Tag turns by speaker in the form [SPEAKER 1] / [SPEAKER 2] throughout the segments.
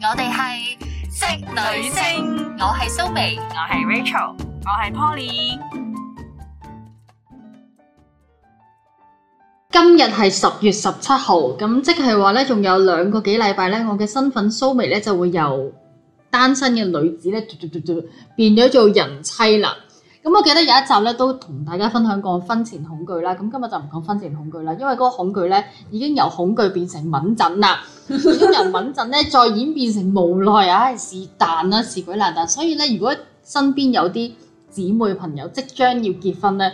[SPEAKER 1] 我哋係職女聲，
[SPEAKER 2] 星，
[SPEAKER 1] 我係蘇眉，
[SPEAKER 2] 我係 Rachel，我係 Poly。
[SPEAKER 3] 今日係十月十七號，咁即係話咧，仲有兩個幾禮拜咧，我嘅身份蘇眉咧就會由單身嘅女子咧，嘟嘟嘟嘟變咗做人妻啦。咁我記得有一集咧都同大家分享過婚前恐懼啦，咁今日就唔講婚前恐懼啦，因為嗰個恐懼咧已經由恐懼變成敏陣啦，已經由敏陣咧再演變成無奈啊，唉是但啦，是鬼難但。所以咧，如果身邊有啲姊妹朋友即將要結婚咧，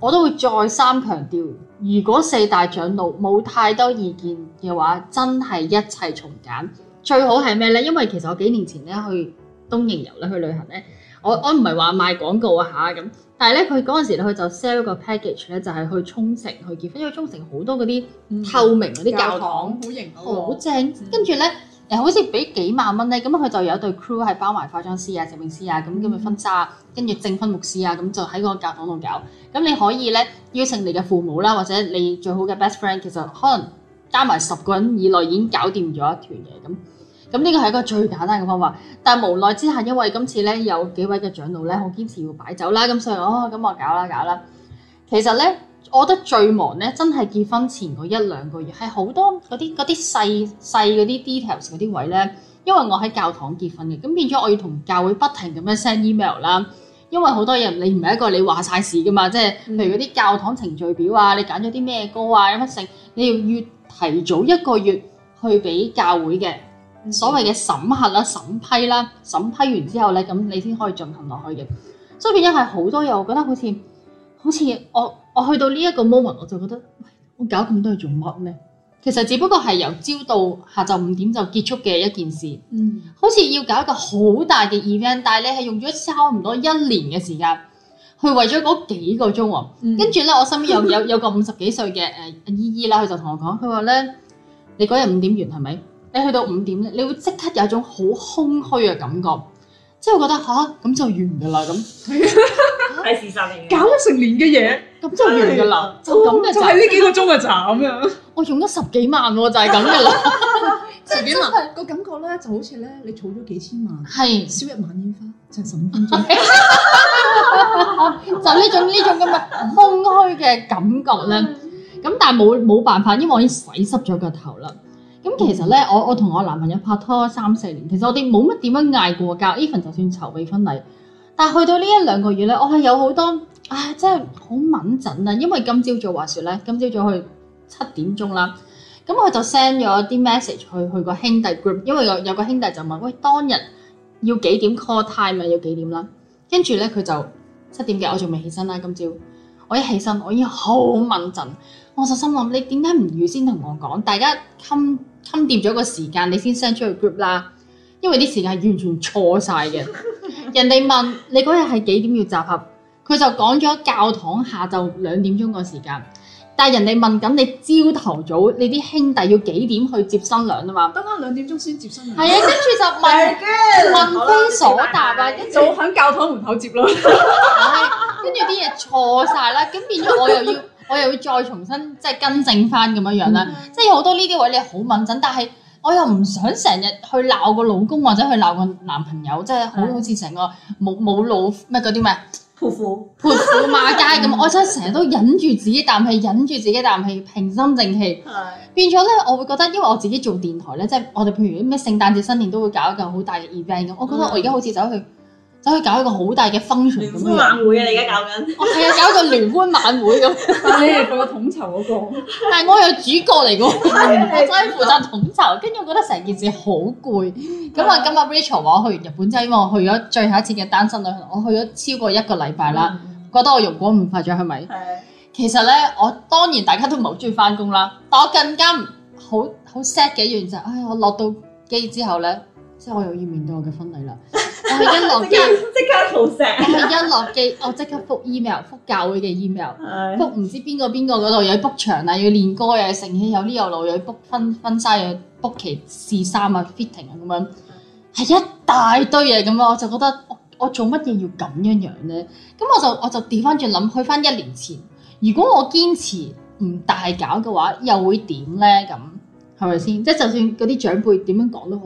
[SPEAKER 3] 我都會再三強調，如果四大長老冇太多意見嘅話，真係一切從簡。最好係咩呢？因為其實我幾年前咧去東瀛遊咧去旅行咧，我我唔係話賣廣告啊嚇咁，但係咧佢嗰陣時咧佢就 sell 一個 package 咧，就係去沖繩去結婚，因為沖繩好多嗰啲透明嗰啲教堂。哦
[SPEAKER 4] 好型嗰
[SPEAKER 3] 好
[SPEAKER 4] 個，
[SPEAKER 3] 正，跟住咧誒，好似俾幾萬蚊咧，咁佢就有一隊 crew 係包埋化妝師啊、攝影師啊，咁咁嘅婚紗啊，跟住證婚牧師啊，咁就喺個教堂度搞。咁你可以咧邀請你嘅父母啦，或者你最好嘅 best friend，其實可能加埋十個人以內已經搞掂咗一團嘅咁。咁呢個係一個最簡單嘅方法，但係無奈之下，因為今次咧有幾位嘅長老咧好堅持要擺酒啦，咁所以哦咁我搞啦搞啦。其實咧，我覺得最忙咧，真係結婚前嗰一兩個月，係好多嗰啲嗰啲細細嗰啲 details 嗰啲位咧。因為我喺教堂結婚嘅，咁變咗我要同教會不停咁樣 send email 啦。因為好多嘢你唔係一個你話晒事噶嘛，即係譬如嗰啲教堂程序表啊，你揀咗啲咩歌啊，有乜剩，你要越提早一個月去俾教會嘅所謂嘅審核啦、審批啦、審批完之後咧，咁你先可以進行落去嘅。所以變咗係好多嘢，我覺得好似好似我我去到呢一個 moment，我就覺得喂，我搞咁多嘢做乜呢？其實只不過係由朝到下晝五點就結束嘅一件事，
[SPEAKER 4] 嗯，
[SPEAKER 3] 好似要搞一個好大嘅 event，但係你係用咗差唔多一年嘅時間去為咗嗰幾個鐘喎。跟住咧，我身邊有有有個五十幾歲嘅誒阿姨姨啦，佢就同我講，佢話咧，你嗰日五點完係咪？你去到五點咧，你會即刻有一種好空虛嘅感覺，即係會覺得吓，咁、就完㗎啦咁。
[SPEAKER 2] 係事實嚟
[SPEAKER 4] 搞
[SPEAKER 2] 嘅。
[SPEAKER 4] 咗成年嘅嘢，
[SPEAKER 3] 咁就完㗎啦，就哦咁嘅
[SPEAKER 4] 就
[SPEAKER 3] 就
[SPEAKER 4] 係呢幾個鐘嘅咋咁樣。
[SPEAKER 3] 我用咗十幾萬喎，就係咁㗎啦，
[SPEAKER 4] 即係真係個感覺咧，就好似咧，你儲咗幾千萬，
[SPEAKER 3] 係
[SPEAKER 4] 燒一晚煙花就係十五分鐘。
[SPEAKER 3] 就呢種呢種咁嘅空虛嘅感覺咧。咁但係冇冇辦法，因為我已經洗濕咗個頭啦。咁其實咧，我我同我男朋友拍拖三四年，其實我哋冇乜點樣嗌過交，even 就算籌備婚禮，但係去到呢一兩個月咧，我係有好多唉，真係好敏陣啊！因為今朝早話説咧，今朝早去七點鐘啦，咁佢就 send 咗啲 message 去去個兄弟 group，因為有有個兄弟就問喂當日要幾點 call time 啊，要幾點啦？跟住咧佢就七點幾，我仲未起身啦，今朝我一起身我已經好敏陣。我就心諗你點解唔預先同我講？大家襟襟掂咗個時間，你先 send 出去 group 啦。因為啲時間係完全錯晒嘅。人哋問你嗰日係幾點要集合，佢就講咗教堂下晝兩點鐘個時間。但係人哋問緊你朝頭早，你啲兄弟要幾點去接新娘啊嘛？
[SPEAKER 4] 得啦，兩點鐘先接新
[SPEAKER 3] 係啊，跟住就問問非所答啊，跟住
[SPEAKER 4] 早喺教堂門口接咯。
[SPEAKER 3] 跟住啲嘢錯晒啦，咁變咗我又 要我又要再重新即係更正翻咁樣樣啦。
[SPEAKER 2] 嗯
[SPEAKER 3] 即係有好多呢啲位你好敏感，但係我又唔想成日去鬧個老公或者去鬧個男朋友，即係好
[SPEAKER 2] 嗯
[SPEAKER 3] 好似成個冇冇老咩嗰啲咩
[SPEAKER 2] 夫婦
[SPEAKER 3] 潑婦罵街 咁，我真係成日都忍住自己啖氣，忍住自己啖氣，平心靜氣。
[SPEAKER 2] 係
[SPEAKER 3] 變咗咧，我會覺得，因為我自己做電台咧，即係我哋譬如咩聖誕節、新年都會搞一個好大嘅 event 咁，我覺得我而家好似走去走去搞一個好大嘅 function
[SPEAKER 2] 聯
[SPEAKER 3] 咁
[SPEAKER 2] 歡
[SPEAKER 3] 樣。
[SPEAKER 2] 晚會啊！你而家搞緊
[SPEAKER 3] 我係啊，搞一個聯歡晚會 咁，
[SPEAKER 4] 但你係個統籌嗰個，
[SPEAKER 3] 但係我有主角嚟嘅喎，
[SPEAKER 2] 啊
[SPEAKER 3] 我真係負責統籌，跟住我覺得成件事好攰。咁啊，今日 Rachel 話我去完日本之後，因為我去咗最後一次嘅單身旅行，我去咗超過一個禮拜啦，覺得我容光煥發嗯咗係咪？
[SPEAKER 2] 係
[SPEAKER 3] 其實咧，我當然大家都唔係好中意翻工啦，但我更加唔好好 sad 嘅一樣就係，唉，我落到機之後咧，即係我又要面對我嘅婚禮啦，我係一落
[SPEAKER 2] 即
[SPEAKER 3] 機，
[SPEAKER 2] 刻即刻好
[SPEAKER 3] 我
[SPEAKER 2] 錫。
[SPEAKER 3] 係一落機，我即刻覆 email，覆教會嘅 email。
[SPEAKER 2] 係
[SPEAKER 3] book 唔知邊個邊個嗰度又要 book 場啊，又要練歌，又要成起有呢有路，又要 book 婚婚紗，又要 book 期試衫啊 fitting 啊咁樣，係一大堆嘢咁啊！我就覺得我我做乜嘢要咁樣樣咧？咁我就我就調翻轉諗，去翻一年前，如果我堅持唔大搞嘅話，又會點咧？咁係咪先？即係就算嗰啲長輩點樣講都好，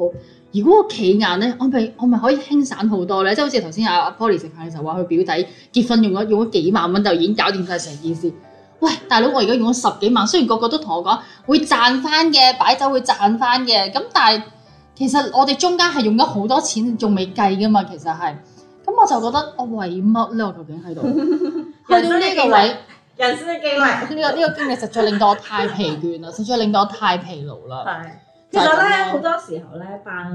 [SPEAKER 3] 如果我企硬咧，我咪我咪可以輕省好多咧。即係好似頭先阿阿 Polly 食飯嘅時候話，佢表弟結婚用咗用咗幾萬蚊就已經搞掂晒成件事。喂，大佬，我而家用咗十幾萬，雖然個個都同我講會賺翻嘅，擺酒會賺翻嘅，咁但係其實我哋中間係用咗好多錢，仲未計噶嘛，其實係。咁我就覺得我為乜咧？我究竟喺 度去到呢個位？
[SPEAKER 2] 人生嘅經歷
[SPEAKER 3] 呢、個呢、個經歷實在令到我太疲倦啦，實在令到我太疲勞啦。
[SPEAKER 2] 係。其
[SPEAKER 3] 就係
[SPEAKER 2] 實
[SPEAKER 3] 咁
[SPEAKER 2] 咧，
[SPEAKER 3] 啦
[SPEAKER 2] 好多時候咧，辦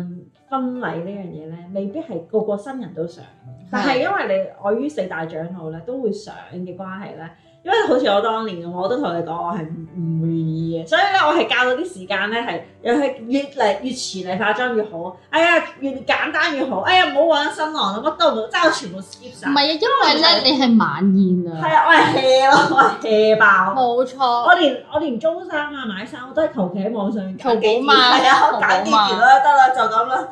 [SPEAKER 2] 婚禮呢樣嘢咧，未必係個個新人都想，但係因為你礙於四大長老咧都會想嘅關係咧，因為好似我當年咁，我都同你講，我係唔唔願意嘅，所以咧我係教咗啲時間咧係，又係越嚟越遲嚟化妝越好，哎呀越簡單越好，哎呀唔好揾新郎啦，乜都唔好，真係我全部 skip
[SPEAKER 3] 唔
[SPEAKER 2] 晒。
[SPEAKER 3] 係啊，因為咧你係晚宴
[SPEAKER 2] 係
[SPEAKER 3] 啊，
[SPEAKER 2] 啊，我係 hea 咯，我係 hea 爆。
[SPEAKER 3] 冇錯。
[SPEAKER 2] 我連我連租衫啊買衫我都係求其喺網上
[SPEAKER 3] 淘寶
[SPEAKER 2] 揀幾件
[SPEAKER 3] 嘛
[SPEAKER 2] 係啊，
[SPEAKER 3] 淘
[SPEAKER 2] 我
[SPEAKER 3] 寶
[SPEAKER 2] 揀幾
[SPEAKER 3] 嘛
[SPEAKER 2] 件啦，得啦，就咁啦。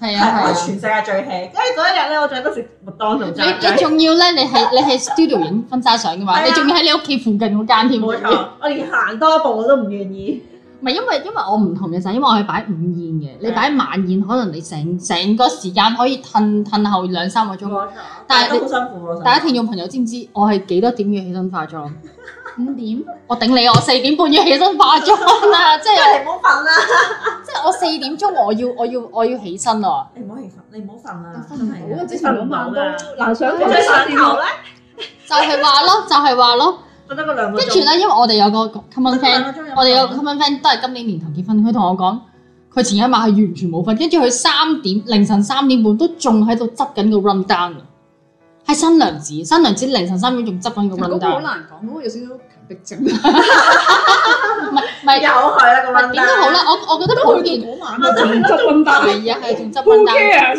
[SPEAKER 3] 係啊
[SPEAKER 2] 係我
[SPEAKER 3] 係啊。
[SPEAKER 2] 全世界最 hea，因為嗰一日咧，我最多食麥當勞
[SPEAKER 3] 你
[SPEAKER 2] 炸
[SPEAKER 3] 你
[SPEAKER 2] 雞。
[SPEAKER 3] 仲要咧？你係你係 studio 影婚紗相嘅
[SPEAKER 2] 係
[SPEAKER 3] 嘛？
[SPEAKER 2] 啊
[SPEAKER 3] 你仲要喺你屋企附近嗰間添。
[SPEAKER 2] 冇錯，我連行多一步我都唔願意。
[SPEAKER 3] 唔係因為因為我唔同嘅就係因為我係擺午宴嘅，你擺晚宴可能你成成個時間可以褪褪後兩三個鐘。
[SPEAKER 2] 錯，
[SPEAKER 3] 但係
[SPEAKER 2] 但係
[SPEAKER 3] 你
[SPEAKER 2] 都好辛苦喎。
[SPEAKER 3] 大家聽眾朋友知唔知我係幾多點要起身化 妝？
[SPEAKER 4] 五點
[SPEAKER 3] 我頂你！我四點半要起身化妝 啦，即
[SPEAKER 2] 真
[SPEAKER 3] 係
[SPEAKER 2] 係你唔好瞓啦，
[SPEAKER 3] 即係我四點鐘我要我要我要起身啊！
[SPEAKER 2] 你唔好起身，你唔好瞓啦，
[SPEAKER 4] 瞓唔到啊，
[SPEAKER 2] 真
[SPEAKER 4] 之
[SPEAKER 2] 係
[SPEAKER 4] 前嗰晚都難想
[SPEAKER 2] 你上頭咧，
[SPEAKER 3] 就係話咯，就係話咯。
[SPEAKER 2] 瞓得個兩個
[SPEAKER 3] 跟住
[SPEAKER 2] 鐘，
[SPEAKER 3] 咧，因為我哋有個 common friend，
[SPEAKER 2] 瞓兩個鐘有冇
[SPEAKER 3] 我哋有個 common friend 都係今年年頭結婚，佢同我講，佢前一晚係完全冇瞓，跟住佢三點凌晨三點半都仲喺度執緊個 run down 啊係新娘子，新娘子凌晨三點仲執緊個
[SPEAKER 4] 嗰
[SPEAKER 3] run
[SPEAKER 4] 個好
[SPEAKER 3] down，
[SPEAKER 4] 難講，嗰個有少少強迫症。
[SPEAKER 3] 唔係唔
[SPEAKER 2] 有
[SPEAKER 3] 係
[SPEAKER 2] 佢啦
[SPEAKER 3] 唔
[SPEAKER 2] 咁
[SPEAKER 3] 係
[SPEAKER 2] 樣。
[SPEAKER 3] 點都好。啦，我我覺得普遍
[SPEAKER 4] 嗰晚我仲執咁大
[SPEAKER 3] 係啊係仲執 run down，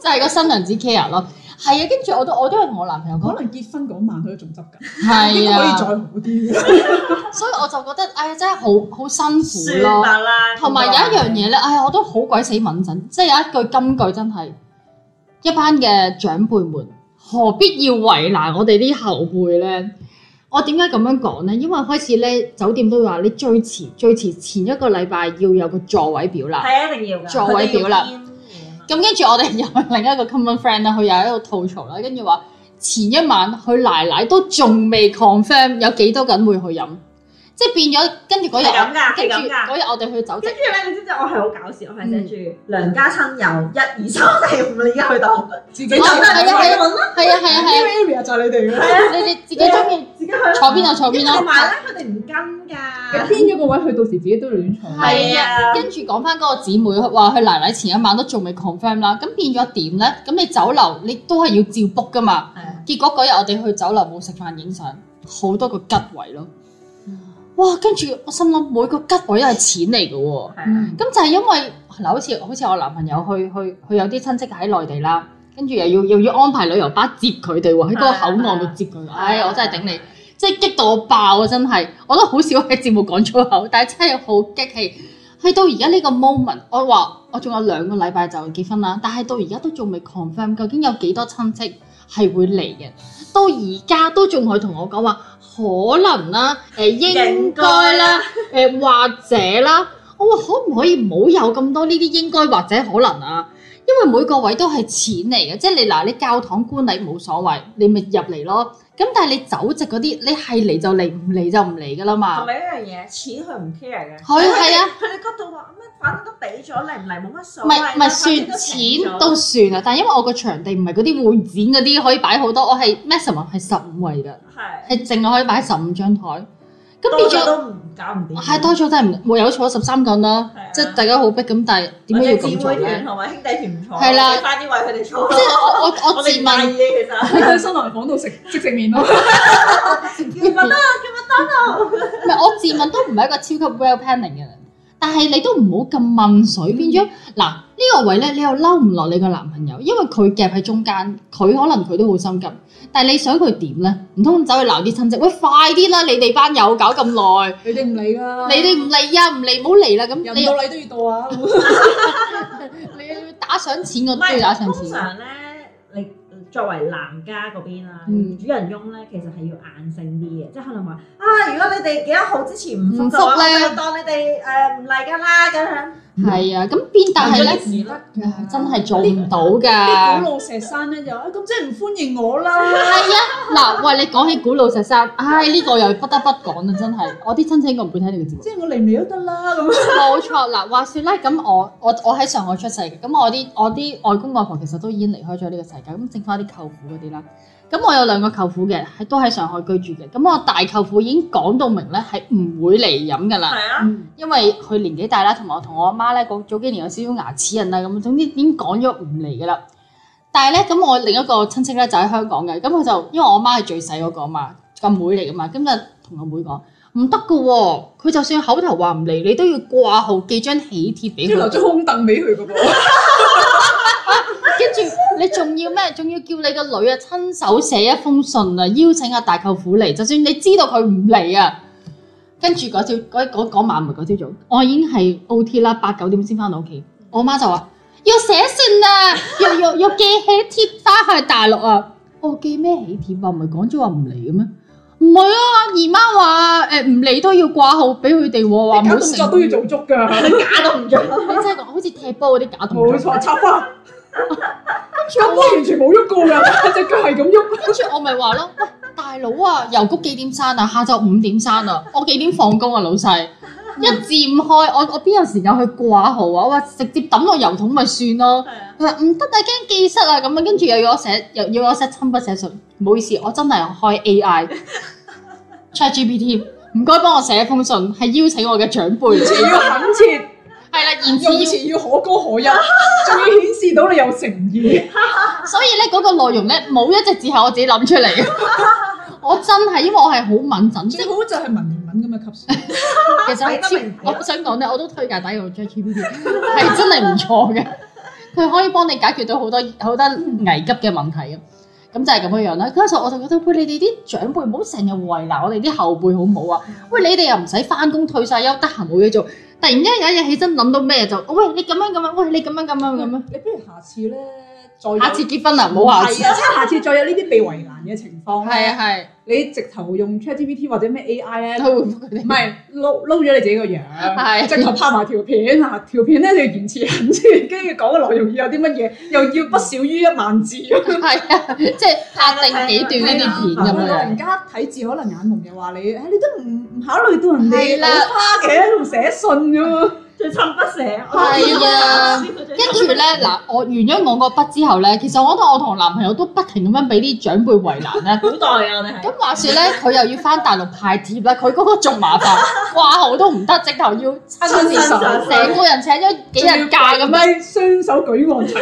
[SPEAKER 3] 就係個新娘子 care 咯，係啊，跟住我都我都有同我男朋友
[SPEAKER 2] 哦
[SPEAKER 3] 講，
[SPEAKER 4] 可能結婚嗰晚佢都仲執緊，
[SPEAKER 3] 係
[SPEAKER 4] 應該可以
[SPEAKER 3] 啊
[SPEAKER 4] 再，好啲嘅。
[SPEAKER 3] 所以我就覺得唉真係好好辛苦
[SPEAKER 2] 算
[SPEAKER 3] 咯。
[SPEAKER 2] 吧啦，
[SPEAKER 3] 同埋有一樣嘢咧，唉，我都好鬼死敏陣，即係有一句金句真係一班嘅長輩們，何必要為難我哋啲後輩咧？我點解咁樣講咧？因為開始咧，酒店都會話你最遲最遲前一個禮拜要有個座位表啦。
[SPEAKER 2] 係一定要㗎。
[SPEAKER 3] 座位表啦
[SPEAKER 2] 佢哋要編嘢嘛。
[SPEAKER 3] 咁跟住我哋又係另一個 common friend 啦，佢又喺度吐槽啦，跟住話前一晚佢奶奶都仲未 confirm 有幾多個人會去飲，即係變咗跟住嗰日
[SPEAKER 2] 係咁㗎
[SPEAKER 3] 我，跟
[SPEAKER 2] 係咁㗎
[SPEAKER 3] 住嗰日我哋去酒席
[SPEAKER 2] 跟。住咧，你知唔知我係好搞笑？我
[SPEAKER 3] 嗯
[SPEAKER 2] 係寫住梁家親友一二三四五，你而家去到
[SPEAKER 4] 自己
[SPEAKER 2] 你就
[SPEAKER 3] 哦係啊
[SPEAKER 2] 自己
[SPEAKER 3] 係啊
[SPEAKER 2] 揾啦，
[SPEAKER 3] 係啊係啊係啊！
[SPEAKER 4] area 就係你哋嘅啦。
[SPEAKER 3] 你哋自己中意
[SPEAKER 2] 自己去啦
[SPEAKER 3] 坐邊就坐邊
[SPEAKER 2] 同
[SPEAKER 3] 咯。
[SPEAKER 2] 埋咧，佢哋唔跟
[SPEAKER 4] 你
[SPEAKER 2] 㗎。
[SPEAKER 4] 編咗個位，佢到時自己都亂坐。
[SPEAKER 3] 係
[SPEAKER 2] 係
[SPEAKER 3] 啊，
[SPEAKER 2] 啊
[SPEAKER 3] 跟住講翻嗰個姊妹話，佢奶奶前一晚都仲未 confirm 啦，咁變咗點咧？咁你酒樓你都係要照 book 噶嘛？
[SPEAKER 2] 係啊
[SPEAKER 3] 結果嗰日我哋去酒樓冇食飯影相，好多個吉位咯。哇！跟住我心諗每個吉位都係錢嚟嘅喎，
[SPEAKER 2] 係啊
[SPEAKER 4] 嗯
[SPEAKER 3] 咁就係因為嗱，好似好似我男朋友去去去有啲親戚喺內地啦，跟住又要又要安排旅遊巴接佢哋喎，喺嗰個口岸度接佢。唉，我真係頂你！即係激到我爆啊！真係，我都好少喺節目講粗口，但係真係好激氣。去到而家呢個 moment，我話我仲有兩個禮拜就結婚啦，但係到而家都仲未 confirm 究竟有幾多親戚係會嚟嘅。到而家都仲係同我講話可能啦，誒、應該啦，誒、或者啦。我話可唔可以唔好有咁多呢啲應該或者可能啊？因為每個位都係錢嚟嘅，即係你嗱，你教堂觀禮冇所謂，你咪入嚟咯。咁但係你酒席嗰啲，你係嚟就嚟，唔嚟就唔嚟噶啦嘛
[SPEAKER 2] 同。埋一樣嘢，錢佢唔 care 嘅。
[SPEAKER 3] 係係啊，
[SPEAKER 2] 佢哋嗰度話咩？反正都俾咗，嚟唔嚟冇乜所
[SPEAKER 3] 唔
[SPEAKER 2] 謂
[SPEAKER 3] 係
[SPEAKER 2] 啦。
[SPEAKER 3] 唔係
[SPEAKER 2] 反正都請
[SPEAKER 3] 算錢
[SPEAKER 2] 咗
[SPEAKER 3] 都算啊，但係因為我個場地唔係嗰啲會展嗰啲可以擺好多，我係 maximum 係十五位㗎，
[SPEAKER 2] 係
[SPEAKER 3] 係淨係可以擺十五張台。咁變
[SPEAKER 2] 多咗
[SPEAKER 3] 咗
[SPEAKER 2] 都唔搞唔掂。
[SPEAKER 3] 係多咗真係唔冇有坐十三個人啦
[SPEAKER 2] 係啊，
[SPEAKER 3] 即係大家好逼咁，但係點解要咁
[SPEAKER 2] 姊
[SPEAKER 3] 做
[SPEAKER 2] 妹團
[SPEAKER 3] 咧？
[SPEAKER 2] 同埋兄弟團唔錯，
[SPEAKER 3] 係啦
[SPEAKER 2] 俾翻啲位佢哋坐
[SPEAKER 3] 即。係我我我
[SPEAKER 2] 我
[SPEAKER 3] 自
[SPEAKER 2] 哋唔
[SPEAKER 3] 問。
[SPEAKER 2] 介意嘅
[SPEAKER 4] 喺佢新郎房度食即食 麵咯。
[SPEAKER 2] 其實。叫乜啦？
[SPEAKER 3] 唔係，我自問都唔係一個超級 well à? planning 嘅人，但係你都唔好咁問水，變咗嗱呢個位咧，你又嬲唔落你個男朋友，因為佢夾喺中間，佢可能佢都好心急，但係你想佢點咧？唔通走去鬧啲親戚？喂，快啲啦！你哋班友搞咁耐，
[SPEAKER 4] 你哋唔理㗎。
[SPEAKER 3] 你哋唔嚟啊，唔嚟唔好嚟啦！咁
[SPEAKER 4] 人
[SPEAKER 3] 你
[SPEAKER 4] 到你都要到 啊！
[SPEAKER 3] 你打賞錢我
[SPEAKER 2] 唔
[SPEAKER 3] 都要打
[SPEAKER 2] 係，
[SPEAKER 3] 賞
[SPEAKER 2] 通
[SPEAKER 3] 錢，
[SPEAKER 2] 常咧，你作為男家嗰邊啦，
[SPEAKER 3] 嗯
[SPEAKER 2] 主人翁咧其實係要硬性啲嘅，即係可能話啊，如果你哋幾多號之前唔
[SPEAKER 3] 唔復
[SPEAKER 2] 復嘅話，
[SPEAKER 3] 咧
[SPEAKER 2] 我就當你哋誒唔嚟㗎啦咁樣。
[SPEAKER 3] 係啊，咁變但係咧，
[SPEAKER 4] 唔得㗎，
[SPEAKER 3] 真係做唔到
[SPEAKER 4] 啲
[SPEAKER 3] 㗎。
[SPEAKER 4] 古老石山咧就啊，咁即係唔歡迎我啦。
[SPEAKER 3] 係啊，嗱，喂，你講起古老石山，唉，呢個又不得不講啊，真係，我啲親戚應該唔會睇你嘅節目。
[SPEAKER 4] 即係我嚟唔嚟都得啦咁。
[SPEAKER 3] 冇錯嗱，話説咧，咁我我我喺上海出世嘅，咁我啲我啲外公外婆其實都已經離開咗呢個世界，咁剩翻啲舅父嗰啲啦。咁我有兩個舅父嘅，係都喺上海居住嘅。咁我大舅父已經講到明咧，係唔會嚟飲噶啦，
[SPEAKER 2] 係啊，
[SPEAKER 4] 嗯
[SPEAKER 3] 因為佢年紀大啦，同埋我同我阿媽咧，嗰早幾年有少少牙齒印啦，啊咁總之已經講咗唔嚟噶啦。但係咧，咁我另一個親戚咧就喺香港嘅，咁佢就因為我阿媽係最細嗰個嘛，個妹嚟噶嘛，咁就同個妹講唔得噶喎，佢就算口頭話唔嚟，你都要掛號寄張喜帖俾
[SPEAKER 4] 要留
[SPEAKER 3] 佢，
[SPEAKER 4] 咗空凳俾佢嘅噃。
[SPEAKER 3] 跟住你仲要咩？仲要叫你個女啊親手寫一封信啊，邀請阿大舅父嚟，就算你知道佢唔嚟啊。跟住嗰朝嗰嗰嗰晚唔係嗰朝早，我已經係 O T 啦，八九點先翻到屋企。我媽就話要寫信啊， 要要要寄喜帖翻去大陸啊。我寄咩喜帖啊？唔係講咗話唔嚟嘅咩？唔係啊，姨媽話誒唔嚟都要掛號俾佢哋喎，話唔
[SPEAKER 4] 啲
[SPEAKER 3] 好
[SPEAKER 4] 假動作都要做足㗎。
[SPEAKER 2] 假都唔做。
[SPEAKER 3] 你真係講好似踢波嗰啲假動作。
[SPEAKER 4] 冇錯，插花。插花完全冇喐過㗎， 隻腳係咁喐。
[SPEAKER 3] 跟住我咪話咯，喂，大佬啊，郵局幾點閂啊？下晝五點閂啊，我幾點放工啊，老細？一至五開，我我邊有時間去掛號啊？哇，直接抌落郵筒咪算咯。
[SPEAKER 2] 係啊，
[SPEAKER 3] 佢話唔得啊，驚寄失啊咁樣，跟住又要我寫，又要我寫親筆寫信。唔好意思，我真係開 AI ChatGPT，唔該幫我寫一封信，係邀請我嘅長輩。
[SPEAKER 4] 而且要懇切，
[SPEAKER 3] 係啦，言
[SPEAKER 4] 用
[SPEAKER 3] 之要，
[SPEAKER 4] 詞要可歌可 泣，仲要顯示到你有誠意。
[SPEAKER 3] 所以咧嗰個內容咧冇一隻字係我自己諗出嚟嘅。我真係因為我係好敏感，即係
[SPEAKER 4] 最好就係文言文咁嘅 級數，
[SPEAKER 3] 其實我
[SPEAKER 2] 睇得明
[SPEAKER 3] 超我想講咧，我都推介大家用 ChatGPT，係真係唔錯嘅。佢可以幫你解決到好多好多危急嘅問題嘅。咁就係咁樣樣啦。嗰陣時候我就覺得，喂，你哋啲長輩唔好成日為難我哋啲後輩好唔好啊？喂，你哋又唔使翻工退晒休，得閒冇嘢做，突然之間有一日起身諗到咩就，喂，你咁樣咁樣，喂，你咁樣咁
[SPEAKER 4] 哦
[SPEAKER 3] 樣咁樣，
[SPEAKER 4] 你不如下次咧再有
[SPEAKER 3] 下次結婚啦，唔好下次。
[SPEAKER 4] 係啊，即係下次再有呢啲被為難嘅情況
[SPEAKER 3] 係啊
[SPEAKER 4] 咧，
[SPEAKER 3] 係，
[SPEAKER 4] 你直頭用 ChatGPT 或者咩 AI 咧
[SPEAKER 3] 都。會覆佢哋。
[SPEAKER 4] 唔係撈撈咗你自己個
[SPEAKER 3] 係
[SPEAKER 4] 樣，直頭拍埋條片嗱，條片咧就要言辭懇切，跟住講嘅內容要有啲乜嘢，又要不少於一萬字咁樣。
[SPEAKER 3] 係啊，即係拍定幾段呢啲片咁
[SPEAKER 4] 喂老
[SPEAKER 3] 樣。
[SPEAKER 4] 人家睇字可能眼紅又話你，誒你都唔唔考慮到人哋
[SPEAKER 3] 係
[SPEAKER 4] 攞
[SPEAKER 3] 啦
[SPEAKER 4] 花嘅，仲寫信咁樣。
[SPEAKER 2] 最親不捨。
[SPEAKER 3] 係啊
[SPEAKER 2] 我都覺得
[SPEAKER 3] 跟住咧，嗱，我完咗我個筆之後咧，其實我覺得我同男朋友都不停咁樣俾啲長輩為難 咧。
[SPEAKER 2] 古代啊，我哋係
[SPEAKER 3] 咁話說咧，佢又要翻大陸派帖啦，佢嗰個仲麻煩，掛號都唔得，直頭要親
[SPEAKER 4] 親
[SPEAKER 3] 自
[SPEAKER 4] 自
[SPEAKER 3] 手，
[SPEAKER 4] 手
[SPEAKER 3] 成個人請咗幾日假咁樣。
[SPEAKER 4] 樣，雙手舉案齊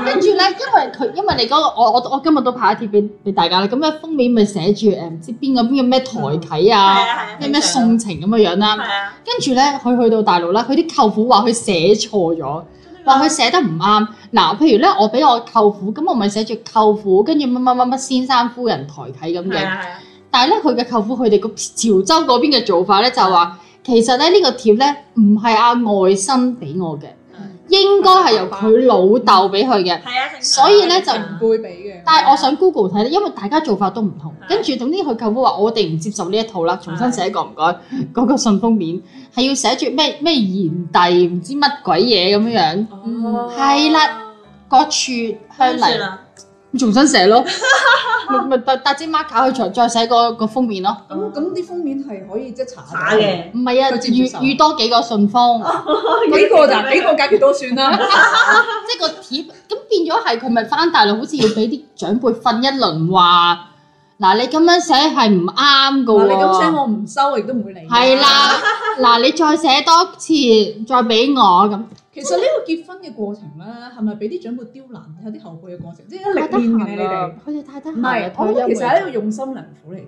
[SPEAKER 4] 咁
[SPEAKER 3] 跟
[SPEAKER 4] 樣。
[SPEAKER 3] 住咧，因為佢因為你嗰、個我我我今日都派一貼俾俾大家啦，咁咧封面咪寫住誒唔知邊個邊個咩台啟
[SPEAKER 2] 係
[SPEAKER 3] 啊，
[SPEAKER 2] 啊係
[SPEAKER 3] 咩
[SPEAKER 2] 啊，
[SPEAKER 3] 咩送情咁嘅樣啦。
[SPEAKER 2] 係啊，
[SPEAKER 3] 跟住咧，佢去到大陸啦，佢啲舅父話佢寫錯咗，話佢寫得唔啱。嗱，譬如咧，我俾我舅父，咁我咪寫住舅父，跟住乜乜乜乜先生夫人抬啟咁
[SPEAKER 2] 係
[SPEAKER 3] 嘅。
[SPEAKER 2] 啊係啊。
[SPEAKER 3] 但係咧，佢嘅舅父佢哋個潮州嗰邊嘅做法咧，就
[SPEAKER 2] 嗯
[SPEAKER 3] 話其實咧呢個貼咧唔係阿外甥俾我嘅
[SPEAKER 2] 嗯，
[SPEAKER 3] 應該係由佢老豆俾佢嘅。
[SPEAKER 2] 係啊，正常啊
[SPEAKER 3] 所以咧就
[SPEAKER 4] 唔會俾嘅。
[SPEAKER 3] 但係我上 Google 睇咧，因為大家做法都唔同，跟住總之佢舅父話我哋唔接受呢一套啦，
[SPEAKER 2] 嗯
[SPEAKER 3] 重新寫過唔該， 嗰個信封面係要寫住咩咩賢弟唔知乜鬼嘢咁樣樣，
[SPEAKER 2] 哦
[SPEAKER 3] 係啦，各處香
[SPEAKER 2] 跟住
[SPEAKER 3] 嚟，
[SPEAKER 2] 啦，
[SPEAKER 3] 重新 寫咯，咪咪搭搭支 marker 去再再寫個個封面咯，
[SPEAKER 4] 咁咁啲封面係可以即係查
[SPEAKER 2] 打嘅。
[SPEAKER 3] 唔係啊
[SPEAKER 4] 佢接唔接受，
[SPEAKER 3] 預預多幾個信封，
[SPEAKER 4] 幾個咋？幾個解決到算啦。
[SPEAKER 3] 即係個貼，咁變咗係佢咪翻大陸，好似要俾啲長輩訓一輪話，嗱你咁樣寫係唔啱噶
[SPEAKER 4] 嗱
[SPEAKER 3] 喎。
[SPEAKER 4] 你咁聲我唔收，亦都唔會嚟。
[SPEAKER 3] 係。 啦，嗱你再寫多次，再俾我咁，
[SPEAKER 4] 其實呢個結婚嘅過程咧，係咪俾啲長輩刁難有啲後輩嘅過程？即係歷練嘅你哋。，
[SPEAKER 3] 佢哋太得
[SPEAKER 4] 唔
[SPEAKER 3] 閒啦
[SPEAKER 4] 係，，我
[SPEAKER 3] 退
[SPEAKER 4] 覺得其實
[SPEAKER 3] 休
[SPEAKER 4] 係
[SPEAKER 3] 會
[SPEAKER 4] 一個用心良苦嚟嘅。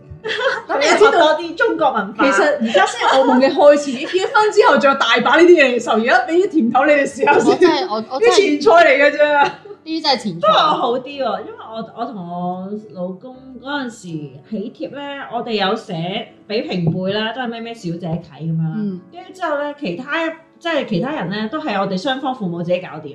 [SPEAKER 2] 但
[SPEAKER 4] 但
[SPEAKER 2] 你又
[SPEAKER 4] 你又
[SPEAKER 2] 知
[SPEAKER 4] 知
[SPEAKER 2] 道
[SPEAKER 4] 道
[SPEAKER 2] 啲中國文化
[SPEAKER 4] 其實而家先係我夢嘅開始，結婚之後仲有大把呢啲嘢嚟受，而家俾啲甜頭你哋試下
[SPEAKER 3] 我
[SPEAKER 4] 先
[SPEAKER 3] 真。 係我我真
[SPEAKER 4] 啲
[SPEAKER 3] 係
[SPEAKER 4] 前菜嚟嘅啫。
[SPEAKER 3] 呢啲真係前
[SPEAKER 2] 不過我
[SPEAKER 3] 菜，
[SPEAKER 2] 好啲喎，因為我我同我老公嗰陣時喜帖咧，我哋有寫俾平輩啦，都係咩咩小姐睇咁樣啦。
[SPEAKER 3] 嗯，
[SPEAKER 2] 跟住之後咧，其他即係其他人咧，都係我哋雙方父母自己搞掂。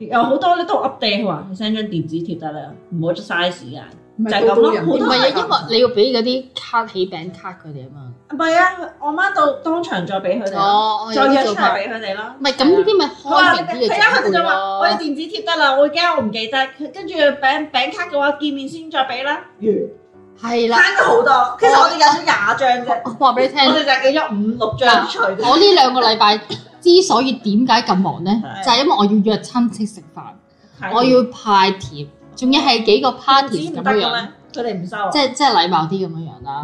[SPEAKER 2] 有好多咧都 update 佢話你 send 張電子貼得啦，唔好啊嘥時間。
[SPEAKER 4] 唔係
[SPEAKER 2] 就係咁咯
[SPEAKER 4] 到到人
[SPEAKER 2] 好
[SPEAKER 3] 唔
[SPEAKER 2] 多
[SPEAKER 3] 係
[SPEAKER 2] 係咁
[SPEAKER 3] 啊，因為你要俾嗰啲卡起餅卡佢哋啊嘛。
[SPEAKER 2] 唔係啊，我媽到當場再俾佢哋咯，
[SPEAKER 3] 哦，我有
[SPEAKER 2] 再約
[SPEAKER 3] 啲做
[SPEAKER 2] 出嚟
[SPEAKER 3] 法。
[SPEAKER 2] 俾佢哋咯。
[SPEAKER 3] 唔係咁呢啲咪
[SPEAKER 2] 我話
[SPEAKER 3] 開明
[SPEAKER 2] 你
[SPEAKER 3] 啲嘅
[SPEAKER 2] 係啊，佢
[SPEAKER 3] 長
[SPEAKER 2] 哋
[SPEAKER 3] 輩
[SPEAKER 2] 就話我有
[SPEAKER 3] 咯。
[SPEAKER 2] 電子貼得啦，我驚我唔記得，跟住餅餅卡嘅話見面先再俾啦。完
[SPEAKER 3] 係啦，
[SPEAKER 2] 慳咗好多，其實我哋有咗廿張啫，
[SPEAKER 3] 我話俾你聽，
[SPEAKER 2] 我哋就叫咗五六張除。
[SPEAKER 3] 我呢兩個禮拜之所以點解咁忙咧，
[SPEAKER 2] 係
[SPEAKER 3] 就係因為我要約親戚食飯，我要派帖，仲要係幾個
[SPEAKER 2] 卡
[SPEAKER 3] party
[SPEAKER 2] 紙
[SPEAKER 3] 咁
[SPEAKER 2] 唔得嘅
[SPEAKER 3] 樣樣
[SPEAKER 2] 咩，？佢哋唔收啊。
[SPEAKER 3] 即係即係禮貌啲咁樣樣啦。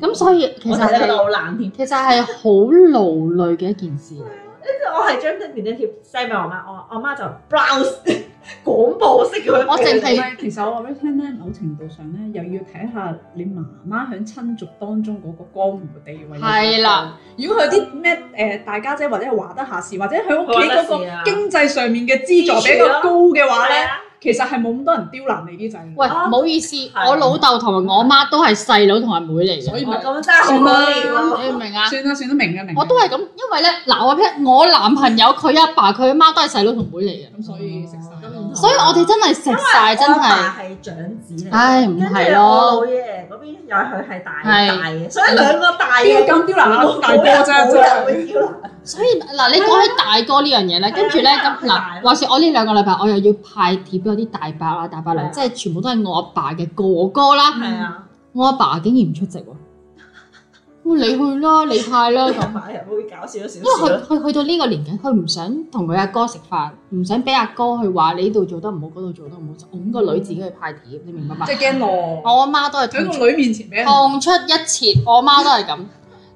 [SPEAKER 3] 咁所以其
[SPEAKER 2] 我
[SPEAKER 3] 實
[SPEAKER 2] 睇得
[SPEAKER 3] 係
[SPEAKER 2] 到好難添，
[SPEAKER 3] 其實係好勞累嘅一件事
[SPEAKER 2] 哦
[SPEAKER 3] 嚟。
[SPEAKER 2] 跟住我係將啲電子貼 send 俾我媽，我我媽就 ờ, browse 廣播式咁樣俾佢哋。
[SPEAKER 3] 我淨係
[SPEAKER 4] 其實我話俾你聽咧，某程度上咧，又要睇下你媽媽喺親族當中嗰個江湖地位。
[SPEAKER 3] 係啦，
[SPEAKER 4] 如果佢有啲咩誒大家姐或者係話得下事，或者佢屋企嗰
[SPEAKER 2] 話得事啊
[SPEAKER 4] 個經濟上面嘅資助比較高嘅話
[SPEAKER 2] 係
[SPEAKER 4] 咧，
[SPEAKER 2] 啊
[SPEAKER 4] 其實係冇咁多人刁難你啲仔女。
[SPEAKER 3] 喂，
[SPEAKER 2] 啊
[SPEAKER 3] 唔好意思，
[SPEAKER 2] 係
[SPEAKER 3] 我老豆同埋我媽都係細佬同埋妹嚟
[SPEAKER 4] 所
[SPEAKER 3] 嘅，
[SPEAKER 4] 以
[SPEAKER 2] 哇
[SPEAKER 4] 咪
[SPEAKER 2] 咁真係好無
[SPEAKER 3] 你
[SPEAKER 2] 聊
[SPEAKER 3] 明唔明啊？
[SPEAKER 4] 算啦算啦，明嘅明嘅。
[SPEAKER 3] 我都係咁，因為咧嗱，我聽我男朋友佢阿爸佢阿媽都係細佬同妹嚟嘅，
[SPEAKER 4] 咁，所以食晒。
[SPEAKER 2] 咁唔同
[SPEAKER 3] 所以我哋真係食晒，真
[SPEAKER 2] 我
[SPEAKER 3] 係，
[SPEAKER 2] 爸係長子嚟，
[SPEAKER 3] 唉唔
[SPEAKER 2] 跟住
[SPEAKER 3] 係
[SPEAKER 2] 我老
[SPEAKER 3] 咯，
[SPEAKER 2] 爺嗰邊又係佢係大
[SPEAKER 3] 係
[SPEAKER 2] 大嘅，所以兩個大
[SPEAKER 4] 邊
[SPEAKER 2] 嘅
[SPEAKER 4] 個咁刁難啊？大哥啫，真
[SPEAKER 2] 冇人
[SPEAKER 4] 係。
[SPEAKER 2] 會叫啦
[SPEAKER 3] 所以嗱你講起大哥呢樣嘢咧，跟住咧咁
[SPEAKER 2] 係啊
[SPEAKER 3] 嗱，話説我呢兩個禮拜我又要派帖俾我啲大伯啊、大伯
[SPEAKER 2] 係啊
[SPEAKER 3] 娘，即係全部都係我阿爸嘅哥哥啦，
[SPEAKER 2] 係 啊，
[SPEAKER 3] 我阿爸竟然唔出席 喎，咁你去啦，你派啦咁
[SPEAKER 2] 同。埋又會搞笑咗
[SPEAKER 3] 因為
[SPEAKER 2] 少少
[SPEAKER 3] 佢
[SPEAKER 2] 咯。
[SPEAKER 3] 佢去到呢個年紀，佢唔想同佢阿哥食飯，唔想俾阿哥去話你呢度做得唔好，嗰度做得唔好，就拱個女自己去派帖，你明白嘛
[SPEAKER 4] 即？係驚
[SPEAKER 3] 我
[SPEAKER 4] 咯。
[SPEAKER 3] 阿媽都係
[SPEAKER 4] 喺
[SPEAKER 3] 同
[SPEAKER 4] 個女面前俾人
[SPEAKER 3] 放出一切，我阿媽都係咁。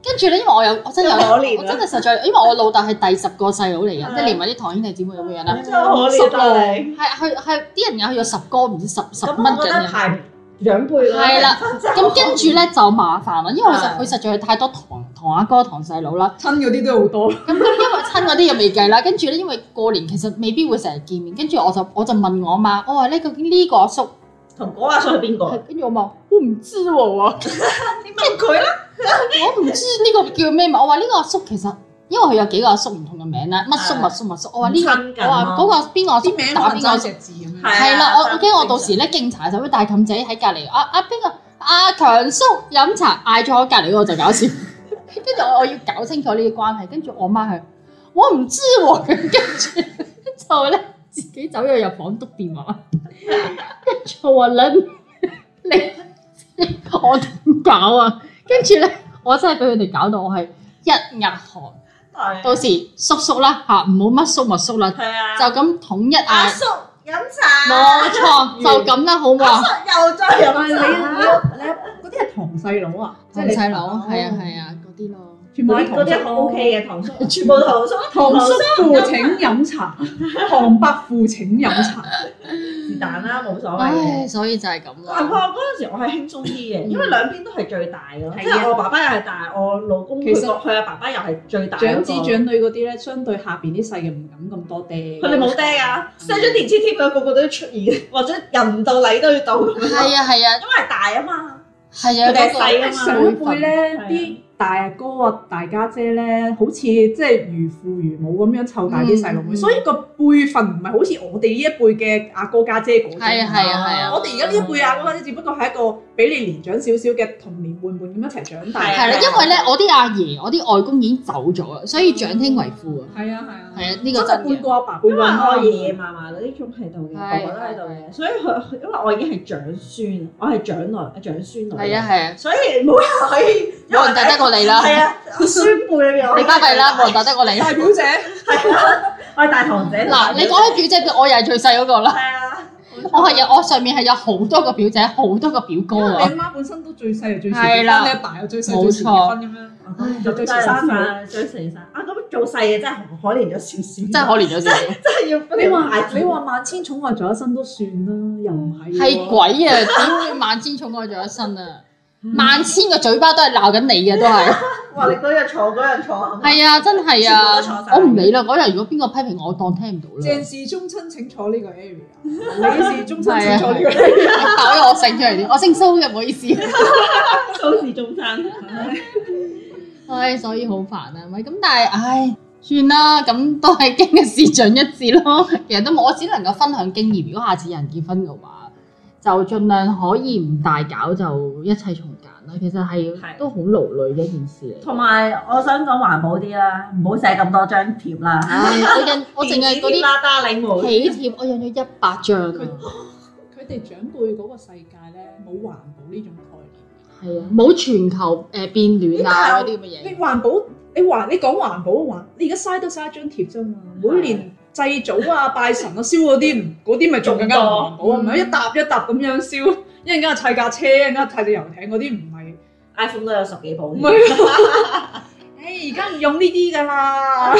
[SPEAKER 3] 跟住咧，因為我有我真有，
[SPEAKER 2] 有可憐啊
[SPEAKER 3] 我真係實在，因為我老豆係第十個細佬嚟嘅，
[SPEAKER 2] 係
[SPEAKER 3] 即係連埋啲堂兄弟姊妹咁樣樣啦。
[SPEAKER 2] 真係可憐啊
[SPEAKER 3] 係
[SPEAKER 2] 你。
[SPEAKER 3] 係係，啲人有去咗十個唔知十十
[SPEAKER 2] 咁啊
[SPEAKER 3] 蚊咁
[SPEAKER 2] 我覺得
[SPEAKER 3] 樣。
[SPEAKER 2] 排長輩啦，
[SPEAKER 3] 係啦
[SPEAKER 2] 分真係
[SPEAKER 3] 咁跟住咧就麻煩啦，因為佢實
[SPEAKER 2] 係
[SPEAKER 3] 佢實在係太多堂堂阿哥堂細佬啦。
[SPEAKER 4] 親嗰啲都好多。
[SPEAKER 3] 咁咁因為親嗰啲又未計啦，跟住咧因為過年其實未必會成日見面，跟住我就我就問我媽，我話咧究竟呢個阿叔
[SPEAKER 2] 哦同嗰阿叔係邊個？
[SPEAKER 3] 係跟住我媽，我唔知喎我
[SPEAKER 2] 你問佢啦，
[SPEAKER 3] 我唔知呢個叫咩名，我話呢個阿叔其實因為佢有幾個阿叔唔同嘅名啦，乜叔
[SPEAKER 2] 係
[SPEAKER 3] 乜叔乜叔，我話呢個
[SPEAKER 2] 親近啊
[SPEAKER 3] 我話嗰個邊個阿叔
[SPEAKER 4] 啲名
[SPEAKER 3] 打
[SPEAKER 4] 可能
[SPEAKER 3] 邊個阿
[SPEAKER 4] 齋
[SPEAKER 3] 叔，
[SPEAKER 4] 隻字咁
[SPEAKER 2] 係
[SPEAKER 4] 樣。
[SPEAKER 3] 係啦，我我
[SPEAKER 2] 啊
[SPEAKER 3] 驚我到時咧敬茶就會大冚仔喺隔離，啊啊邊個阿強叔飲茶嗌咗我隔離嗰個就搞笑， 跟住我我要搞清楚呢啲關係，跟住我媽係我唔知喎， 跟住就咧自己走咗入房篤電話，跟住我話你你我點搞啊？跟住咧我真係俾佢哋搞到我係一額汗，
[SPEAKER 2] 係啊
[SPEAKER 3] 到時叔叔啦嚇，唔好乜叔乜叔啦，
[SPEAKER 2] 係啊，
[SPEAKER 3] 就咁統一
[SPEAKER 2] 阿
[SPEAKER 3] 嗌。
[SPEAKER 2] 叔飲茶，
[SPEAKER 3] 冇錯，就咁啦，好啊
[SPEAKER 2] 阿
[SPEAKER 3] 嘛？
[SPEAKER 2] 叔又再
[SPEAKER 4] 但係
[SPEAKER 2] 飲
[SPEAKER 4] 你你
[SPEAKER 2] 茶。
[SPEAKER 4] 你嗰啲係堂細佬啊，即係你哦
[SPEAKER 3] 細佬，係啊係啊，嗰啲咯。
[SPEAKER 4] 全部
[SPEAKER 2] 嗰
[SPEAKER 4] 係
[SPEAKER 2] 啲嗰
[SPEAKER 4] 堂
[SPEAKER 2] 啲
[SPEAKER 4] 叔
[SPEAKER 2] 好 OK 嘅糖叔，全部糖叔，
[SPEAKER 4] 堂叔父請飲茶，堂伯父請飲茶，
[SPEAKER 2] 是但啦，冇所謂嘅。
[SPEAKER 3] 唉，所以就係咁
[SPEAKER 2] 但係
[SPEAKER 3] 啦。
[SPEAKER 2] 嗰陣時我係輕鬆啲嘅，
[SPEAKER 3] 嗯
[SPEAKER 2] 因為兩邊都係最大嘅咯，
[SPEAKER 4] 係啊
[SPEAKER 2] 即係我爸爸又係大，我老公佢
[SPEAKER 4] 其實
[SPEAKER 2] 個佢阿爸爸又係最大嗰個
[SPEAKER 4] 長子長女嗰啲咧，相對下邊啲細嘅唔敢咁多爹。
[SPEAKER 2] 佢哋冇爹
[SPEAKER 3] 嗯
[SPEAKER 2] 啊，send 咗電子貼佢個個都出現，或者人唔到禮都要到咁樣，
[SPEAKER 3] 係啊係啊
[SPEAKER 2] 因為大啊嘛，
[SPEAKER 3] 係啊，
[SPEAKER 2] 佢哋係
[SPEAKER 3] 嗰個
[SPEAKER 2] 細啊
[SPEAKER 4] 上
[SPEAKER 2] 嘛，
[SPEAKER 4] 一輩咧
[SPEAKER 2] 係啊，
[SPEAKER 4] 啲大阿哥啊、大家姐咧，好似即係如父如母咁樣湊大啲細路
[SPEAKER 3] 嗯
[SPEAKER 4] 妹，所以個輩份唔係好似我哋呢一輩嘅阿哥家姐嗰種。
[SPEAKER 3] 係啊係啊係啊。
[SPEAKER 4] 我哋而家呢一輩阿哥家姐，只不過係一個比你年長少少嘅童年伴伴咁一齊長大。
[SPEAKER 2] 係啊
[SPEAKER 3] 係啦，因為咧，我啲阿爺、我啲外公已經走咗啦，所以長兄為父啊。
[SPEAKER 4] 係啊係啊
[SPEAKER 3] 係啊，呢
[SPEAKER 4] 呢
[SPEAKER 3] 個
[SPEAKER 4] 個
[SPEAKER 3] 真
[SPEAKER 4] 真係半
[SPEAKER 3] 嘅。
[SPEAKER 4] 個阿爸半
[SPEAKER 2] 因為
[SPEAKER 4] 個阿
[SPEAKER 2] 我
[SPEAKER 4] 媽。
[SPEAKER 2] 爺爺嫲嫲嗰啲仲喺度嘅，
[SPEAKER 3] 係
[SPEAKER 2] 我爸都喺度嘅，所以佢因為我已經係長孫，我係長女，長孫女，
[SPEAKER 3] 係啊，係啊，
[SPEAKER 2] 所以冇人可以，因為
[SPEAKER 3] 冇人打得過你啦。
[SPEAKER 2] 係啊，孫輩裏邊我
[SPEAKER 3] 你巴閉啦，冇人打得過你。
[SPEAKER 4] 大表 姐，
[SPEAKER 2] 係啊，我係大堂姐。
[SPEAKER 3] 嗱，你講起表姐，我又係最細嗰個啦。
[SPEAKER 2] 係啊，
[SPEAKER 3] 我係有，我上面係有好多個表姐，好多個表
[SPEAKER 4] 因
[SPEAKER 3] 哥
[SPEAKER 4] 為
[SPEAKER 3] 啊。
[SPEAKER 4] 你阿媽本身都最細又最遲
[SPEAKER 3] 係
[SPEAKER 4] 結
[SPEAKER 3] 啦
[SPEAKER 4] 婚，你阿爸又最細最遲結婚咁樣。
[SPEAKER 2] 唉
[SPEAKER 4] 就
[SPEAKER 2] 就
[SPEAKER 4] 對
[SPEAKER 2] 對
[SPEAKER 4] 成
[SPEAKER 2] 成
[SPEAKER 4] 山
[SPEAKER 2] 山
[SPEAKER 4] 啊
[SPEAKER 2] 啊，對成山啊，咁做細嘅真係可憐咗少少，
[SPEAKER 3] 真係可憐咗自己，
[SPEAKER 2] 真係要
[SPEAKER 4] 你話你話萬千寵愛在一身都算啦，又唔係喎
[SPEAKER 3] 係鬼 啊！點會萬千寵愛在一身啊？萬千個嘴巴都係鬧緊你嘅，都係。
[SPEAKER 2] 哇！你嗰日坐嗰日坐，
[SPEAKER 3] 係啊，真係啊
[SPEAKER 2] 全部都坐！晒
[SPEAKER 3] 我唔理啦，嗰日如果邊個批評我，我當聽唔到啦
[SPEAKER 4] 鄭。氏宗親請坐呢個 area，你是宗親請坐呢個 area。
[SPEAKER 3] 我爆咗我姓出嚟啲，我姓蘇嘅，唔好意思。
[SPEAKER 2] 蘇氏中餐。
[SPEAKER 3] 唉，所以好煩啊，咪咁但係，唉，算啦，咁都係經嘅市長一致咯。其實都冇，我只能夠分享經驗。如果下次有人結婚嘅話，就盡量可以唔大搞，就一切從簡啦。其實係
[SPEAKER 2] 係
[SPEAKER 3] 都好勞累嘅一件事嚟。
[SPEAKER 2] 同埋我想講環保啲啦，唔好寫咁多張貼啦。
[SPEAKER 3] 唉，我印我淨係嗰
[SPEAKER 2] 電子貼
[SPEAKER 3] 啲
[SPEAKER 2] 啦，打領毛。
[SPEAKER 3] 喜帖，我印咗一百張啊，
[SPEAKER 4] 佢哋長輩嗰個世界咧冇環保呢種概
[SPEAKER 3] 係啊，冇全球誒變暖啊嗰啲咁嘅嘢。
[SPEAKER 4] 念。你環保，你環你講環保環，你而家嘥都嘥一張貼啫嘛。每年祭祖啊、拜神啊、燒嗰 啲唔，嗰啲咪仲更加唔環保啊？唔係一沓一沓咁樣燒，一陣間砌架車，一陣間砌隻遊艇嗰啲唔係。
[SPEAKER 2] iPhone 都有十幾部
[SPEAKER 4] 唔
[SPEAKER 2] 添。
[SPEAKER 4] 係啊，誒而家唔用呢啲㗎啦。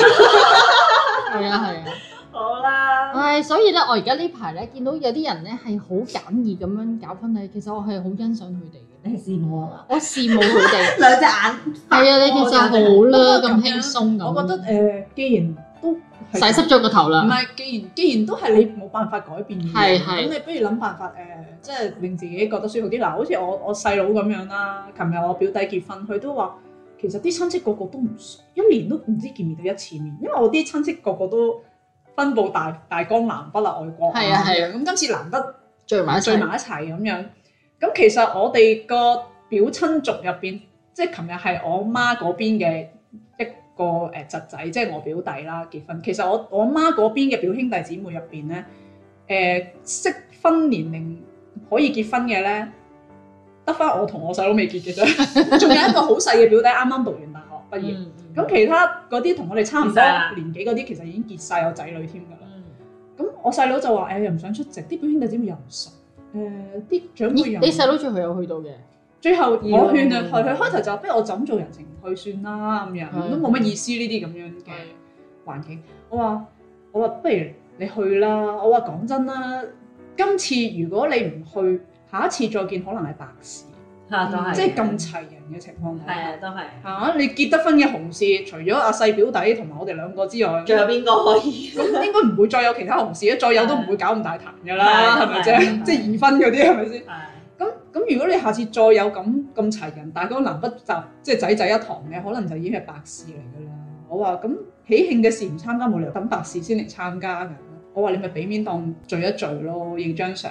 [SPEAKER 3] 係啊係啊。
[SPEAKER 2] 好啦，
[SPEAKER 3] 唉，所以咧，我而家呢排咧見到有啲人咧係好簡易咁樣搞婚禮，其實我係好欣賞佢哋嘅，
[SPEAKER 2] 你試我啊？
[SPEAKER 3] 我羨慕佢哋。
[SPEAKER 2] 兩隻眼。
[SPEAKER 3] 係啊，你哋就好啦，
[SPEAKER 4] 不過
[SPEAKER 3] 咁
[SPEAKER 4] 咁
[SPEAKER 3] 輕
[SPEAKER 4] 樣
[SPEAKER 3] 鬆咁。
[SPEAKER 4] 我覺得誒、呃既然都
[SPEAKER 3] 洗濕咗個頭
[SPEAKER 4] 唔
[SPEAKER 3] 啦，
[SPEAKER 4] 係，既然既然都係你冇辦法改變嘅
[SPEAKER 3] 係
[SPEAKER 4] 嘢，
[SPEAKER 3] 係
[SPEAKER 4] 咁你不如諗辦法誒、即係令自己覺得舒服啲。嗱，好似我我細佬咁樣啦，琴日我表弟結婚，佢都話其實啲親戚個個都唔熟一年都唔知見面到一次面，因為我啲親戚個個都分佈大大江南北啦，外國
[SPEAKER 3] 係啊係
[SPEAKER 4] 啊，咁今次難得。
[SPEAKER 3] 聚埋一
[SPEAKER 4] 聚
[SPEAKER 3] 齊。
[SPEAKER 4] 埋一齊咁樣。咁其實我哋個表親族入邊，即係琴日係我媽嗰邊嘅一個誒侄仔，即係我表弟啦結婚。其實我我媽嗰邊嘅表兄弟姊妹入邊咧，誒、適婚年齡可以結婚嘅咧，得翻我同我細佬未結嘅啫。仲有一個好細嘅表弟，啱啱讀完大學畢業。
[SPEAKER 3] Ừ.
[SPEAKER 2] 嗯
[SPEAKER 4] 咁、其他嗰啲同我哋差唔
[SPEAKER 2] 結
[SPEAKER 4] 多
[SPEAKER 2] 晒啦
[SPEAKER 4] 年紀嗰啲，其實已經結晒有仔女添㗎啦。
[SPEAKER 2] 嗯
[SPEAKER 4] 咁我細佬就話：誒、又唔想出席，啲表兄弟姊妹又唔熟，誒、啲長輩
[SPEAKER 3] 咦
[SPEAKER 4] 又唔
[SPEAKER 3] 你細佬最後有去到嘅，
[SPEAKER 4] 最後我勸
[SPEAKER 2] 要
[SPEAKER 4] 啊，佢佢開頭就話不如我就咁做人情去算啦咁
[SPEAKER 3] 係
[SPEAKER 4] 樣，都冇乜意思呢啲咁樣嘅環境。我話我話不如你去啦，我話講真啦，今次如果你唔去，下一次再見可能係白事，
[SPEAKER 2] 嚇都係。
[SPEAKER 4] 即係咁齊人嘅情況底
[SPEAKER 2] 係
[SPEAKER 4] 下
[SPEAKER 2] 啊，。都係。
[SPEAKER 4] 嚇、你結得婚嘅紅事，除咗阿細表弟同埋我哋兩個之外，
[SPEAKER 2] 仲有邊個可以？
[SPEAKER 4] 咁應該唔會再有其他同事，再有都唔會搞咁大壇㗎啦，
[SPEAKER 2] 係
[SPEAKER 4] 係咪啫？
[SPEAKER 2] 係
[SPEAKER 4] 即係二婚嗰啲係咪先？
[SPEAKER 2] 係
[SPEAKER 4] 咁咁如果你下次再有咁咁齊人，大江南北集即係仔仔一堂嘅，可能就已經係白事嚟㗎啦。我話咁喜慶嘅事唔參加，冇理由等白事先嚟參加㗎。我話你咪俾面當聚一聚咯，影張相，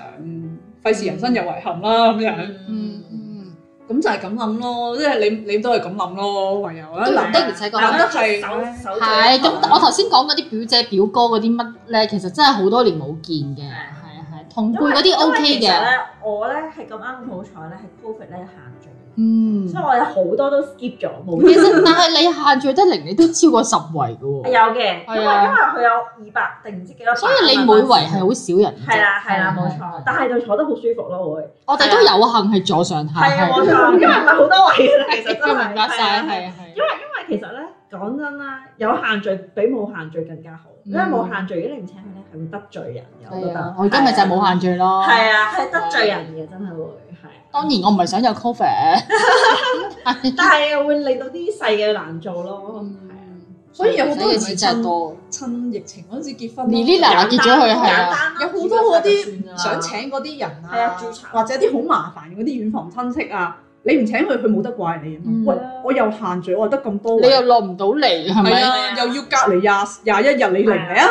[SPEAKER 4] 費事人生有遺憾啦咁樣。
[SPEAKER 2] Ừ,
[SPEAKER 3] 嗯
[SPEAKER 2] 嗯。
[SPEAKER 3] 嗯，
[SPEAKER 4] 咁就係咁諗咯，即係你你都係咁諗咯，唯有啦。
[SPEAKER 3] 都
[SPEAKER 4] 難
[SPEAKER 3] 的而且確
[SPEAKER 4] 難
[SPEAKER 3] 係
[SPEAKER 4] 得係
[SPEAKER 2] 手手
[SPEAKER 3] 係。咁我頭先講嗰啲表姐表哥嗰啲乜咧，其實真係好多年冇見嘅，係啊係，同輩嗰啲 OK
[SPEAKER 2] 因為其實
[SPEAKER 3] 嘅，
[SPEAKER 2] 咧，我咧係咁啱好彩咧，係 Covid 咧限聚，
[SPEAKER 3] 嗯。
[SPEAKER 2] 所以我有好多都 skip 咗，冇
[SPEAKER 3] 其實但係你限聚得零，你都超過十圍嘅喎，
[SPEAKER 2] 有嘅，因為因為
[SPEAKER 3] 係啊
[SPEAKER 2] 佢有二百定唔知幾多百
[SPEAKER 3] 所以你
[SPEAKER 2] 蚊
[SPEAKER 3] 每
[SPEAKER 2] 嗰陣時
[SPEAKER 3] 圍係啊好少人嘅啫。
[SPEAKER 2] 係啦係啦，冇
[SPEAKER 3] 係
[SPEAKER 2] 錯。但係就坐得好舒服咯，會
[SPEAKER 3] 我哋都有幸係坐上下，
[SPEAKER 2] 係啊冇錯，因為唔係好多位嘅啦，其實真係
[SPEAKER 3] 明白晒，
[SPEAKER 2] 係
[SPEAKER 3] 係
[SPEAKER 2] 啊。
[SPEAKER 3] 啊係啊。
[SPEAKER 2] 因為其實咧講真啦，有限聚比冇限聚更加好，因為
[SPEAKER 3] 嗯
[SPEAKER 2] 冇限聚如果你唔請佢咧係會得罪人嘅，我覺
[SPEAKER 3] 係啊
[SPEAKER 2] 得，。
[SPEAKER 3] 我今日就係冇限聚咯。
[SPEAKER 2] 係啊，係得罪人嘅，真係會係。
[SPEAKER 3] 當然我唔係想有 cover，
[SPEAKER 2] 但係會令到啲細嘅難做咯。
[SPEAKER 3] 嗯
[SPEAKER 4] 所以有好多人
[SPEAKER 3] 字
[SPEAKER 4] 咪
[SPEAKER 3] 真係
[SPEAKER 4] 趁
[SPEAKER 3] 多。
[SPEAKER 4] 趁疫情嗰陣時結婚咯。
[SPEAKER 3] Lily 嗱嗱結咗佢係啊，
[SPEAKER 4] 有好多嗰啲想請嗰啲人
[SPEAKER 2] 係啊
[SPEAKER 4] 啊
[SPEAKER 2] 註冊，
[SPEAKER 4] 或者啲好麻煩嗰啲遠房親戚啊，你唔請佢，佢冇得怪你啊嘛
[SPEAKER 3] 嗯。
[SPEAKER 4] 喂，我又限聚，我得咁多
[SPEAKER 3] 你
[SPEAKER 4] 位，
[SPEAKER 3] 又落唔到嚟係
[SPEAKER 4] 係
[SPEAKER 3] 咪？
[SPEAKER 4] 啊，又要隔離廿廿一日，你嚟唔嚟啊？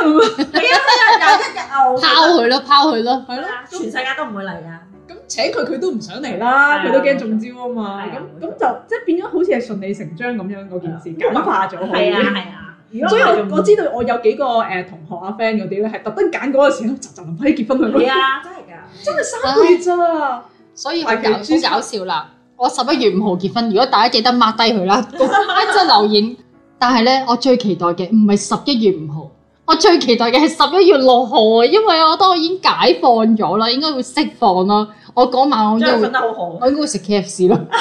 [SPEAKER 4] 咁
[SPEAKER 2] 有
[SPEAKER 3] 拋佢咯，拋佢咯。
[SPEAKER 4] 係咯，
[SPEAKER 2] 全世界都唔會嚟啊㗎。
[SPEAKER 4] 咁請佢佢都唔想嚟
[SPEAKER 2] 係
[SPEAKER 4] 啦，
[SPEAKER 2] 啊
[SPEAKER 4] 佢都驚中招啊嘛。
[SPEAKER 2] 係啊
[SPEAKER 4] 咁咁就即係變咗好似係順理成章咁樣嗰件事，簡化咗
[SPEAKER 2] 係啊
[SPEAKER 4] 佢。
[SPEAKER 2] 係啊。如果
[SPEAKER 4] 所以
[SPEAKER 2] 唔係
[SPEAKER 4] 我
[SPEAKER 2] 就
[SPEAKER 4] 我知道我有幾個誒同學啊 friend 嗰啲咧，係特登揀嗰個時候，就就臨批結婚去
[SPEAKER 2] 係
[SPEAKER 4] 嗰，
[SPEAKER 2] 啊，真係㗎。
[SPEAKER 4] 真係三個月咋。
[SPEAKER 3] 所以好搞好搞笑啦！我十一月五號結婚，如果大家記得抹低佢 啦，即係留言。但係咧，我最期待嘅唔係十一月五號，我最期待嘅係十一月六號啊，因為我覺得我已經解放咗啦，應該會釋放啦。我嗰晚我應
[SPEAKER 2] 真
[SPEAKER 3] 該
[SPEAKER 2] 係瞓
[SPEAKER 3] 會，
[SPEAKER 2] 得好好。
[SPEAKER 3] 我應該會食 K F C 咯。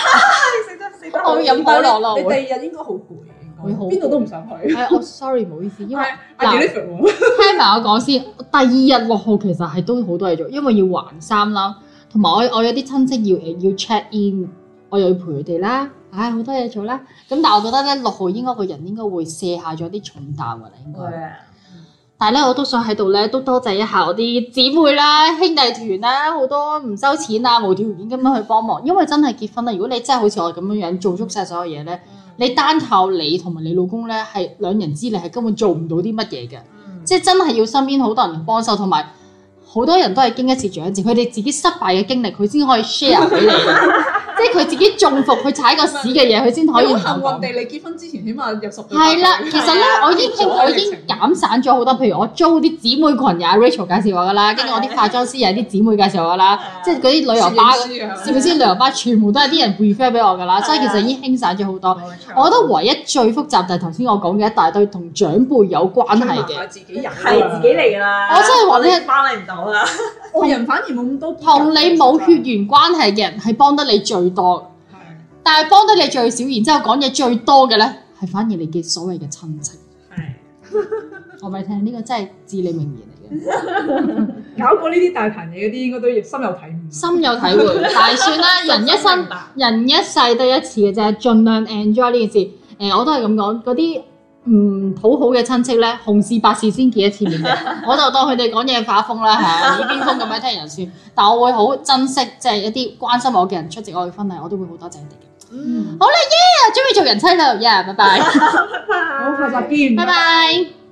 [SPEAKER 2] 食得食得
[SPEAKER 3] 我會飲可樂咯
[SPEAKER 4] 你
[SPEAKER 3] 會
[SPEAKER 4] 第二日應該好攰，應該
[SPEAKER 3] 會好攰
[SPEAKER 4] 邊度都唔想去。
[SPEAKER 3] 係哎我 sorry 唔好意思，因為
[SPEAKER 4] 阿
[SPEAKER 3] 嗱
[SPEAKER 4] d e l 喎，
[SPEAKER 3] 聽埋我講先，第二日六號其實係都好多嘢做，因為要還衫啦，同埋我我有啲親戚要要 check in，我又要陪佢哋啦，唉好多嘢做啦。咁但係我覺得咧六號應該個人應該會卸下咗啲重擔㗎啦，應該。但係咧我都想喺度咧都多謝一下我啲姊妹啦、兄弟團啦，好多唔收錢啊、無條件咁樣去幫忙，因為真係結婚啦，如果你真係好似我咁樣樣做足晒所有嘢咧。你單靠你同埋你老公咧，係兩人之力係根本做唔到啲乜嘢嘅。
[SPEAKER 2] 嗯
[SPEAKER 3] 即係真係要身邊好多人幫手，同埋好多人都係經一次長一次，佢哋自己失敗嘅經歷，佢先可以 share 俾你嘅。即係佢自己中伏，佢踩過屎嘅嘢，佢先可以
[SPEAKER 4] 好
[SPEAKER 3] 同
[SPEAKER 4] 幸
[SPEAKER 3] 我
[SPEAKER 4] 運
[SPEAKER 3] 講
[SPEAKER 4] 地，你結婚之前起碼有十對八對
[SPEAKER 3] 係啦，其實咧，我已經我已經減散咗好多，譬如我租啲姊妹群又係 Rachel 介紹我噶啦，跟住我啲化妝師又係啲姊妹介紹我噶啦，即係嗰啲旅遊 巴，
[SPEAKER 4] 攝影師啊
[SPEAKER 3] 攝影師旅遊巴全部都係啲人 refer 俾我噶啦，所以其實已經輕散咗好多。我覺得唯一最複雜就係頭先我講嘅一大堆同長輩有關係嘅。
[SPEAKER 4] 嘅，自己人啊
[SPEAKER 2] 係自己嚟㗎啦，
[SPEAKER 3] 我真係話咧
[SPEAKER 2] 哋幫你唔到啦。
[SPEAKER 4] 我人反而冇咁多
[SPEAKER 3] 同你冇血緣關係嘅人係幫得你最多，
[SPEAKER 4] 係
[SPEAKER 3] 但係幫得你最少，然之後講嘢最多嘅咧，係反而你嘅所謂嘅親戚。
[SPEAKER 2] 係
[SPEAKER 3] 我咪聽呢、個真係至理名言嚟嘅，
[SPEAKER 4] 搞過呢啲大壇嘢嗰啲，應該都要深有體悟。
[SPEAKER 3] 深有體會。但係算啦，人一生
[SPEAKER 2] 明白
[SPEAKER 3] 人一世得一次嘅啫，盡量 enjoy 呢件事。誒、我都係咁講，嗰啲唔討好嘅親戚咧，紅事白事先見一次面嘅，我就當佢哋講嘢發瘋啦，係啊耳邊風咁樣聽人算。但我會好珍惜，即係一啲關心我嘅人出席我嘅婚禮，我都會好多謝你哋嘅。
[SPEAKER 2] 嗯，
[SPEAKER 3] 好啦，耶！終於做人妻啦，耶！拜拜，
[SPEAKER 2] 拜拜
[SPEAKER 4] 好，下集見。
[SPEAKER 3] 拜拜。